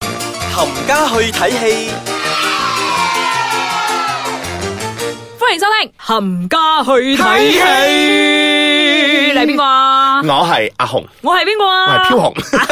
冚家去睇戲。欢迎收听《冚家去睇戲》，你係邊個啊？我係阿紅，我係邊個我啊？係飄 紅。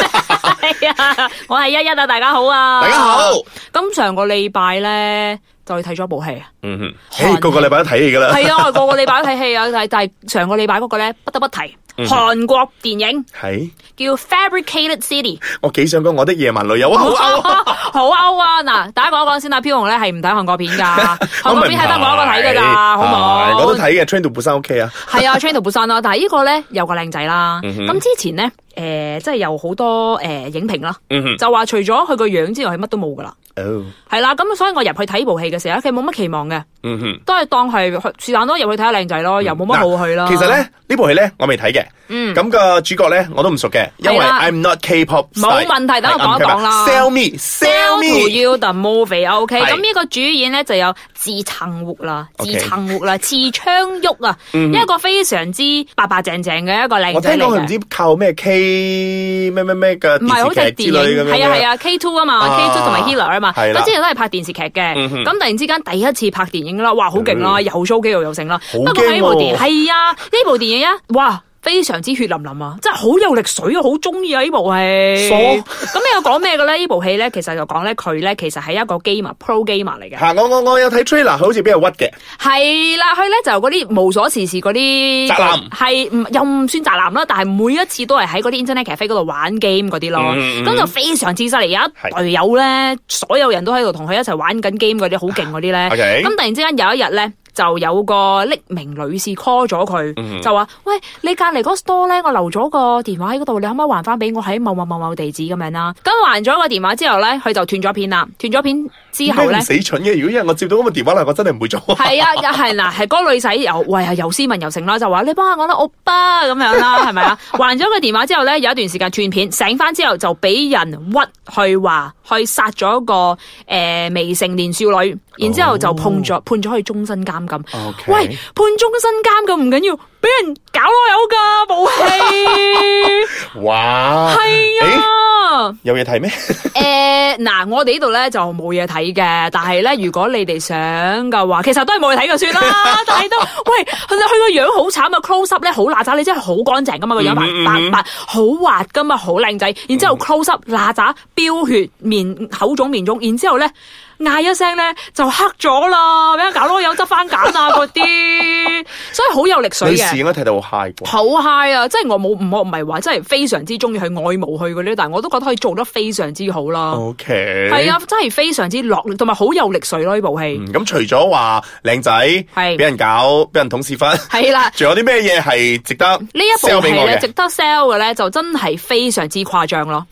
係啊，我係一一啊！大家好啊！大家好。咁上個禮拜咧就去睇咗部戲啊，嗯哼，唉，個個禮拜都睇戲㗎啦。係啊，我 個個禮拜都睇戲啊，但係但係上個禮拜嗰個咧不得不提嗯韓國電影係，叫《Fabricated City》。我幾想講我的夜晚旅遊 啊，好啱啊！好歐啊！嗱，大家講一講先啦，飄紅咧係唔睇韓國片㗎， 韓國片係得我一個睇㗎咋，好係冇？我都睇嘅，Train to Busan OK 啊。係啊 t r a i n to Busan 啦，但係呢個咧有個靚仔啦。嗯咁、之前咧，诶、即係有好多诶、誒影評啦，嗯哼，就話除咗佢個樣之外，佢乜都冇噶啦。哦，係啦，咁所以我入去睇部戲嘅時候，其實冇乜期望嘅，嗯哼。都係當係去是但咯，入去睇下靚仔咯，又冇乜好去啦。嗯嗱其實咧呢部戲咧我未睇嘅，咁個主角咧我都唔熟嘅，因為嗯係啦 I'm not K-pop star。冇問題等我講一講啦 Sell me，sell Sell to me。 you the movie OK，係咁呢個主演咧就有自層活啦，自 OK 嗯層活啦，刺槍喐啊，一個非常之白白淨淨嘅一個靚我聽仔嚟講佢唔嘅。知靠咩 K 咩咩咩嘅唔係好似電視係劇之類電咁樣影，嘅。係啊係啊，K Two 啊嘛啊，K Two 同埋 Healer 啊嘛，係啦嗯咁之前都係拍電視劇嘅，咁突然之間第一次拍電影啦，哇，好勁啦，又 show 肌肉又成啦，好不過喺呢驚部喎電係啊，呢部電影啊，哇！非常之血淋淋啊！真係好有力水啊，好中意啊呢部戲。傻咁你又講咩嘅咧？呢部戲咧，其實就講咧佢咧，其實係一個 gamer pro gamer 嚟嘅。吓，我我我有睇 trailer，佢好似俾人屈嘅。係啦，佢咧就嗰啲無所事事嗰啲宅男係唔又唔算宅男啦，但係每一次都係喺嗰啲 internet cafe 嗰度玩 game 嗰啲咯，咁、嗯嗯就非常之犀利。有一係隊友咧，所有人都喺度同佢一齊玩緊 game 嗰啲，好勁嗰啲咧。 OK 咁突然之間有一日咧。就有個匿名女士 call 咗佢，嗯就話：喂，你隔離嗰個 store 咧，我留咗個電話喺嗰度，你可唔可以還翻俾我喺某某某某地址咁樣啦？咁還咗個電話之後咧，佢就斷咗片啦。斷咗片之後咩咧咁，死蠢嘅，如果因為我接到咁嘅電話嚟，我真係唔會做。系啊，又係嗱，係嗰個女仔又喂啊，又斯文又成啦，就話你幫我講啦，歐巴咁樣啦，係咪啊？還咗個電話之後咧，有一段時間斷片，醒翻之後就俾人屈去話去殺咗一個诶未成年少女，然之后就碰咗判咗去終身監禁。 OK 喂，判終身監禁唔緊要，俾人搞我有㗎，武器哇，係咦啊。有嘢睇咩？诶，呃嗱、我哋呢度咧就冇嘢睇嘅，但係咧，如果你哋想嘅話，其實都係冇嘢睇就算 啦。但係都，喂，佢佢個樣好慘啊，close up 咧好邋遢，你真係好乾淨噶嘛個樣，白嗯嗯嗯白白，好滑噶嘛，好靚仔。然之後 close up 邋遢，飆血面口腫面腫，然之後咧嗌一聲咧就黑咗啦，俾人搞到有執番揀啊嗰 啲，所以好有力水女嘅士。應該睇到好 high 啩。好 high 啊！即係我冇，我唔係話真係非常之中意去愛慕去嗰啲，但係我都覺得佢做得非常之好啦。 O K，系啊，哦真係非常之落力，同埋好有力水咯呢部戲嗯。咁除咗話靚仔，係係俾人搞，俾人捅屎忽，係啦，仲有啲咩嘢係值得呢呢一部 sell 戲俾我咧值嘅？得 sell 嘅咧，就真係非常之誇 張咯。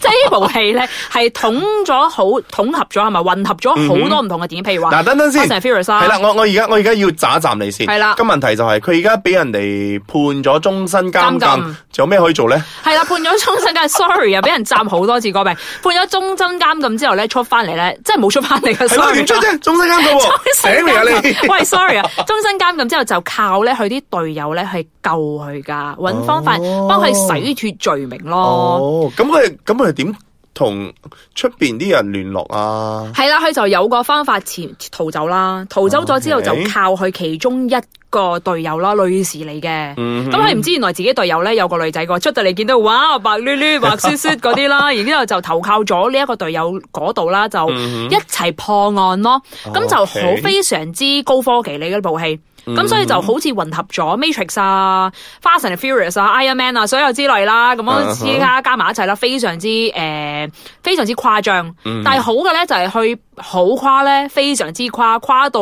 即係呢部戲咧，係統咗好統合咗，係咪混合咗好多唔同嘅電影？譬如話嗯嗱，等等先， Fast and Furious 啊啦係啦，我我而家我而家要炸一站你先。係啦咁問題就係佢而家俾人哋判咗終身監禁，監禁仲有咩可以做咧？係啦，判咗終身監，sorry 啊，俾人斬好多次個病，判咗終身監禁之後咧出翻嚟咧，真係冇出翻嚟嘅係咯， ，sorry 點出啫？終身監禁 喎，醒嚟啊你！喂，sorry 啊，終身監禁之後就靠咧佢啲隊友咧去救佢噶，揾方法哦幫佢洗脱罪名咯。哦，咁佢咁佢點同出邊啲人聯絡啊？係啦，佢就有個方法潛逃走啦，逃走咗之後就哦 OK 靠佢其中一個隊友啦，女士嚟嘅。嗯咁佢唔知原來自己隊友咧有個女仔個，出到嚟見到哇白捋捋、白雪雪嗰 啲啦，然之後就投靠咗呢一個隊友嗰度啦，就一齊破案咯。咁就好嗯哦 OK 嗯非常之高科技你嗰部戲。咁所以就好似混合咗 Matrix 啊、Fast and Furious 啊、Iron Man 啊，所有之類啦，咁嗯樣哼依家加埋一齊啦，非常之誒、呃非常之誇張。嗯但係好嘅咧，就係去好誇咧，非常之誇，誇到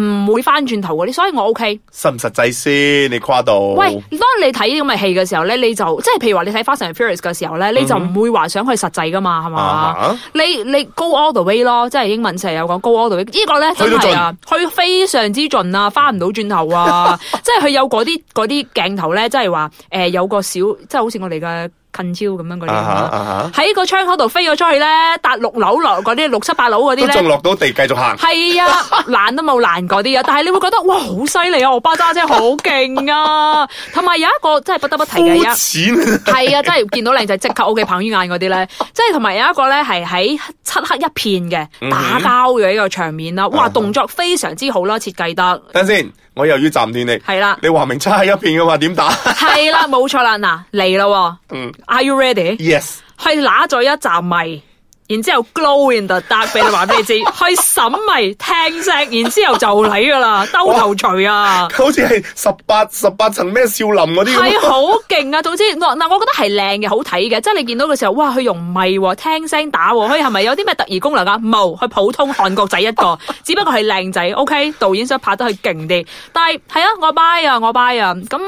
唔會翻轉頭嗰啲，所以我 OK。實唔實際先？你跨到喂，當你睇呢啲咁嘅戲嘅時候咧，你就即係譬如話你睇 Fast and Furious 嘅時候咧，你就唔會話想去實際噶嘛，係嘛？嗯啊你你 go all the way 咯，即係英文成日有講 go all the way，呢個咧真係啊，去非常之盡啊，翻唔到轉頭 啊！即係佢有嗰啲嗰啲鏡頭咧，即係話誒有個小，即係好似我哋嘅近招咁樣嗰啲啊哈啊嘛，啊喺個窗口度飛咗出去咧，搭六樓落嗰啲六七八樓嗰哈，都啲仲咧。落到地繼續行。係啊，難都冇難嗰啲啊，但係你會覺得哇好犀利啊，我巴揸車好勁啊，同埋有一個真係不得不提嘅，膚有一淺係啊，真係見到靚仔即刻 O.K. 彭于晏嗰啲咧，即係同埋有一個咧係喺漆黑一片嘅嗯哼打交嘅呢個場面啦，哇啊哈動作非常之好啦，設計得等陣先，我又要暫斷你。係啦，你話明差喺一邊嘅嘛？點打？係啦，冇錯啦，嗱嚟啦嗯喎，Are you ready？ ，yes，去揦咗一紮迷，然之後 glow in the dark 俾你話俾你知，去審迷聽聲，然之後就嚟噶啦，兜頭錘啊！好似係十八十八層咩少林嗰啲係咁。好勁啊！總之嗱嗱，我覺得係靚嘅，好睇嘅。即係你見到嘅時候，哇！佢用咪喎，聽聲打喎，佢係咪有啲咩特異功能啊？冇，佢普通韓國仔一 個，只不過係靚仔。OK，導演想拍得佢勁啲，但係係啊，我 buy 啊，我 buy 啊，咁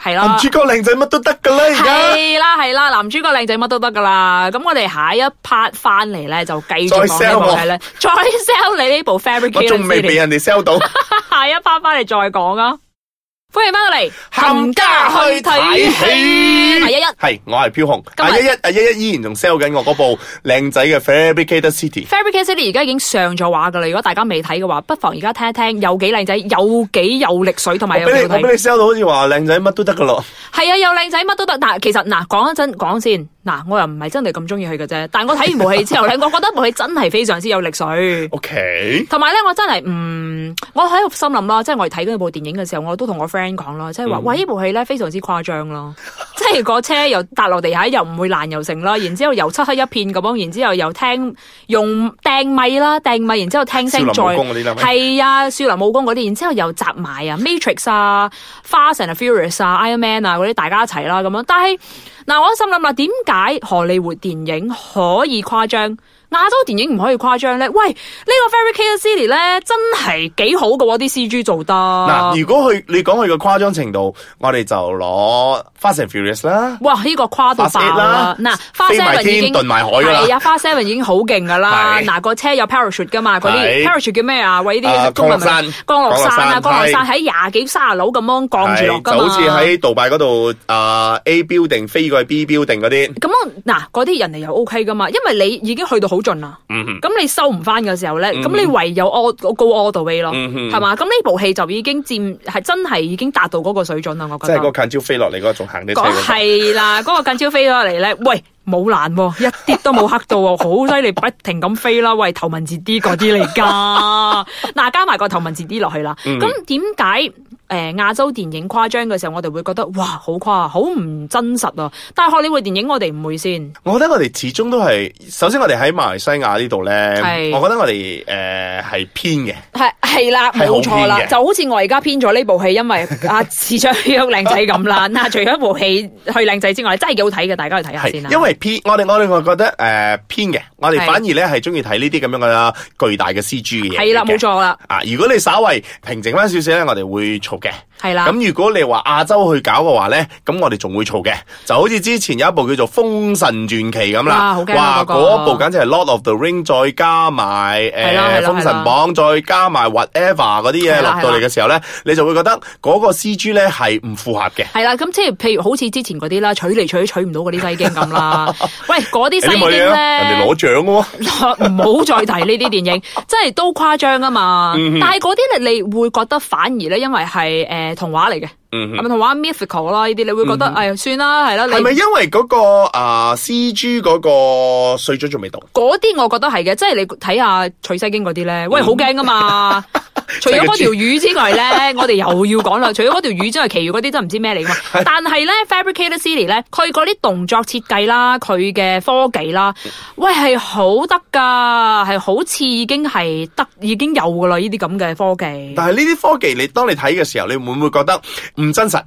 係啦男。主角靚仔乜都得㗎啦，而係啦係啦，男主角靚仔乜都得噶啦。咁我哋下一 part 翻嚟咧就繼續講再呢 sell 部我係咧，再 sell 你呢部 Fabric。家我仲未俾人啊哋 sell 到。下一 part 翻嚟再講啊！歡迎翻到冚嚟，家去睇戲阿一一。係，我係飄紅。今日阿一一阿一一依然仲 sell 緊我嗰部靚仔嘅 Fabricator City。 Fabric City 而家已經上咗畫噶啦，如果大家未睇嘅話，不妨而家聽一聽，有幾靚仔，有幾有力水，同我埋有俾幾你好我俾睇。你 sell 到好似話靚仔乜都得㗎咯。係啊，有靚仔乜都得。嗱，其實嗱，講一真講先，嗱，我又唔係真係咁中意佢嘅啫。但我睇完部戲 之後咧，我覺得部戲真係非常之有力水。 OK，同埋咧，我真係唔、我喺度心諗啦，即係我哋睇嗰部電影嘅時候，我都同我 friend 講啦，即係話，喂，呢部戲咧非常之誇張咯， 即係個車又搭落地下，又唔會爛又成啦，然之後又漆黑一片咁樣，然之後又聽用掟米啦，掟米，然之後聽少聲林武再。功嗰啲啦。咪係啊，少林武功嗰啲，然之後又集埋啊，Matrix 啊、Fast and Furious 啊、Iron Man 啊嗰啲，大家一齊啦咁樣。但係嗱，我心諗啦，點解荷里活電影可以誇張，亞洲電影唔可以誇張咧？喂，呢、個 Fairy Tale City 咧真係幾好嘅喎，啲 C G 做得。嗱，如果佢你講佢嘅誇張程度，我哋就攞 Fast and Furious 啦，哇！呢、個誇到 Fast 爆 Eight 啦啦！嗱，花飛西埋文已天，經遁埋海㗎啦係。啊，花 seven 已經好勁噶啦，係嗱個車有 parachute 噶嘛，嗰啲係 parachute 叫咩啊？喂，呢啊啲中文名降落傘降落傘啊，降降落落傘傘喺廿幾卅樓咁樣降住係落就噶嘛。好似喺杜拜嗰度啊 A building 飛過去 B building 嗰啲，咁我嗱嗰啲人哋又 OK 噶嘛，因為你已經去到好盡啦，嗯哼。咁你收唔翻嘅時候咧，嗯咁你唯有 all go all the way 咯，嗯哼係嘛？咁呢部戲就已經佔係真係已經達到嗰個水準啦，我即覺係得個。近招飛落嚟嗰個仲行啲車啊講嗰個係啦，嗰、個近招飛咗落嚟咧，喂，冇難喎、一啲都冇黑到喎，好犀利，不停咁飛啦，喂，頭文字 D 嗰啲嚟 噶，嗱，加埋個頭文字 D 落去啦，嗯咁點解？誒亞洲電影誇張嘅時候，我哋會覺得哇好誇，好唔真實啊！但係荷里活電影我哋唔會先，我覺得我哋始終都係，首先我哋喺馬來西亞呢度咧係，我覺得我哋誒係偏嘅，係係啦，係冇錯啦好，偏嘅就好似我而家編咗呢部戲，因為阿市長約靚仔咁 啦。嗱，除咗部戲去靚仔之外，真係幾好睇嘅，大家去睇下先啦係。因為偏，我哋我哋我覺得誒、呃偏嘅，我哋係反而咧係中意睇呢啲咁樣嘅巨大嘅 C G 嘅嘢。係啦，冇。錯啦，啊！如果你稍為平靜翻少少咧，我哋會嘈嘅。係啦。咁如果你話亞洲去搞嘅話咧，咁我哋仲會嘈嘅。就好似之前有一部叫做《封神傳奇》咁哇啦，好驚啊嗰個嗰部簡直係《Lord of the Ring》再加埋係啦係誒啦《封神榜》，再加埋 whatever 嗰啲嘢係落啦到係嚟啦嘅時候咧，你就會覺得嗰個 C G 咧係唔符合嘅。係啦，咁即係譬如好似之前嗰啲啦，取嚟取去取唔到嗰啲西京 咁啦。喂，嗰啲你西京冇嘢啊人哋咧，攞獎嘅喎。 唔好再提呢 啲電影，真係都誇張啊嘛。嗯但係嗰啲你你會覺得反而咧，因為係誒童話嚟嘅，嗯係咪童話 mythical 啦？呢啲你會覺得誒算啦，係啦，係咪你因為嗰、個啊、C G 嗰個水準仲未到？嗰啲我覺得係嘅，即係你睇下取西京嗰啲嗯咧，喂，好驚噶 嘛！除咗嗰條魚之外咧，我哋又要講啦。除咗嗰條魚之外，其餘嗰啲真係唔知咩嚟 㗎嘛。但係咧，Fabricated City 咧，佢嗰啲動作設計啦，佢嘅科技啦，喂係好得㗎，係好似已經係得已經有㗎啦，呢啲咁嘅科技。但係呢啲科技，你當你睇嘅時候，你會唔會覺得唔真實？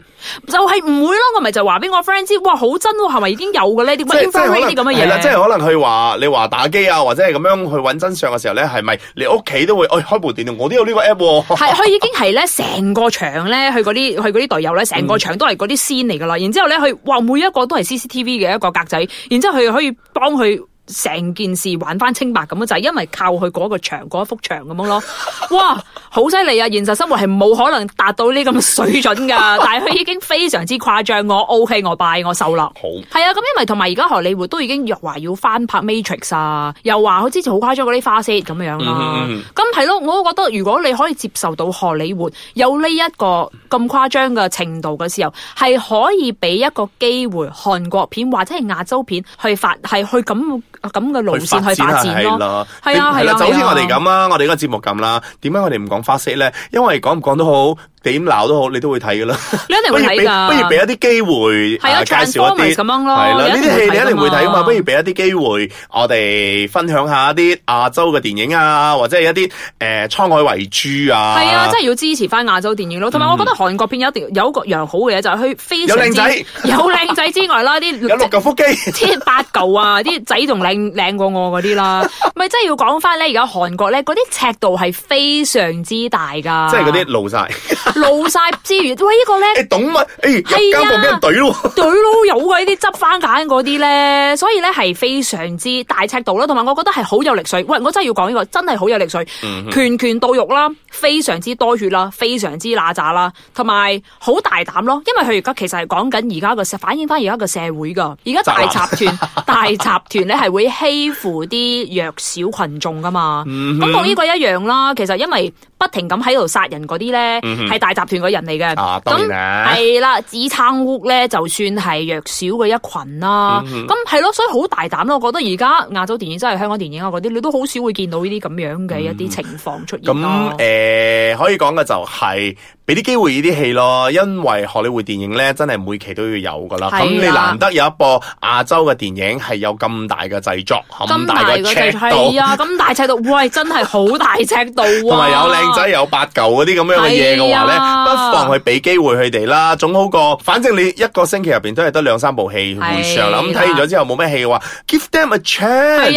就係唔會咯，我咪就話俾我 friend 知，哇好真喎，係咪已經有嘅咧？啲即 i 係即係 n 可 f 能啲咁嘅係啦，即嘢。係可能佢話你話打機啊，或者係咁樣去揾真相嘅時候咧，係咪你屋企都會，哎開部電腦，我都有呢個 app 喎。係，佢已經係咧，成個場咧，佢嗰啲佢嗰啲隊友咧，成個場都係嗰啲仙嚟噶啦。然之後咧，佢哇每一個都係 CCTV 嘅一個格仔，然之後佢可以幫佢成件事還翻清白咁樣，就係因為靠佢嗰個牆嗰一幅牆咁樣咯。哇，好犀利啊！現實生活係冇可能達到呢咁嘅水準㗎，但係佢已經非常之誇張。我 OK，我拜，我受落。好。係啊，咁因為同埋而家荷里活都已經又話要翻拍 Matrix 啊，又話佢之前好誇張嗰啲花式咁樣啦嗯嗯嗯。咁係咯，我都覺得如果你可以接受到荷里活有呢一個咁誇張嘅程度嘅時候，係可以俾一個機會韓國片或者係亞洲片去發係去咁咁嘅路線去發展係咯。啦，係啊係係啦，啊就好似我哋係啊咁啦，我哋呢個節目咁啦，點解我哋唔講花式咧？因為講唔講都好，點鬧都好，你都會睇噶啦。你一定不 會如睇俾㗎。不如俾一啲機會係啊啊介紹一啲 Transformers 咁樣咯係啦，呢你一定啲戲會睇你一定會睇㗎噶嘛嘛，不如俾一啲機會我哋分享下一啲亞洲嘅電影啊，或者係一啲誒滄海遺珠啊，嗯係啊，真係要支持翻亞洲電影咯。同埋我覺得韓國片有一定有一個樣好嘅嘢，就係佢非常之有靚仔有靚仔之外啦，啲 有六嚿腹肌。啲八嚿啊，啲仔仲靚靚過我嗰 啲啦，咪真係要講翻咧，而家韓國咧嗰啲尺度係非常之大噶，即係嗰啲露晒，露晒之餘，喂呢個咧你懂乜？誒，入係啊間房俾人懟咯，對撈有嘅呢啲執番揀嗰啲咧，所以咧係非常之大尺度啦，同埋我覺得係好有力水。喂，我真係要講呢個，真係好有力水，拳拳到肉啦，非常之多血啦，非常之嗱喳啦，同埋好大膽咯，因為佢而家其實係講緊而家個社，反映翻而家個社會噶，而家大集團大集團咧係會欺負啲弱小群眾噶嘛，嗯咁同呢個一樣啦。其實因為不停咁喺度殺人嗰啲咧，係大集團嘅人嚟嘅，啊當然啦係啦，紙撐屋咧就算係弱小嘅一群啦，嗯咁係咯，所以好大膽咯。我覺得而家亞洲電影真係香港電影啊嗰啲，你都好少會見到呢啲咁樣嘅一啲情況出現咯嗯咁。诶、可以講嘅就係俾啲機會呢啲戲咯，因為荷里活電影咧真係每期都要有噶啦。係啦啊咁你難得有一部亞洲嘅電影係有咁大嘅製作，咁大個嘅尺尺係度，啊，咁大尺度，喂，真係好大尺度啊！同埋有靚仔有八嚿嗰啲咁樣嘅嘢嘅話咧，係啊不妨去俾機會佢哋啦，總好過。反正你一個星期入边都係得兩三部戲會上啦。咁睇係啦完咗之後冇咩戲嘅話 g i v e them a 系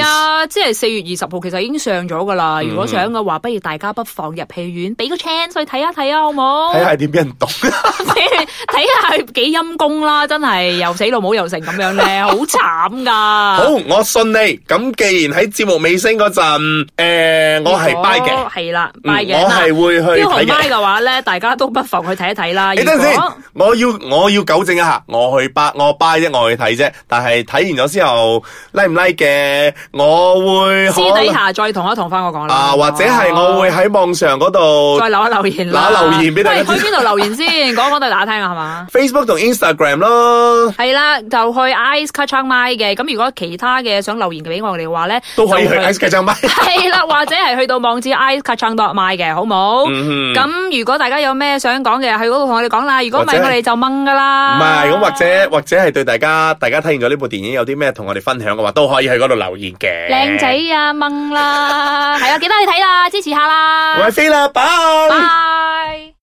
chance。啊，即係四月二十號其實已經上咗噶啦。如果想嘅話，不如大家不妨入戲院，俾個 chance 去睇一睇啊，好冇？睇下點俾人懂， 睇下佢幾陰公啦，真係又死老母又成咁樣咧，好慘噶。 好，我信你。咁既然喺節目尾聲嗰陣，诶、我係 buy 嘅。系啦嗯，buy 嘅。我係會去睇嗱標紅 buy 嘅。嘅話咧，大家都不妨去睇一睇啦。你如等陣先果，我要我要糾正一下，我去 buy 我 buy 啫，我去睇啫。但係睇完咗之後 like 唔 like 嘅，我會私可能底下再同一同翻我講啦。哦啊，或者係我會喺網上嗰度再留一留言啦。留一留言俾大家喂去邊度留言先？講講對大家聽下係嘛？ Facebook 同 Instagram 咯，係啦，就去 Ice Cut c h a n My 嘅。咁如果其他嘅想留言俾我哋嘅話咧，都可以去就 X 嘅張咪。系啦，或者係去到網址 icecutchung.my 嘅，好冇？嗯咁、如果大家有咩想講嘅，去嗰度同我哋講啦。如果唔或係，者我哋就掹噶唔啦。係咁，或者或者係對大家，大家睇完咗呢部電影有啲咩同我哋分享嘅話，都可以喺嗰度留言嘅。靚仔，啊，掹啦，係啊，記得去睇啦，支持下我啦，係飛啦，拜。拜。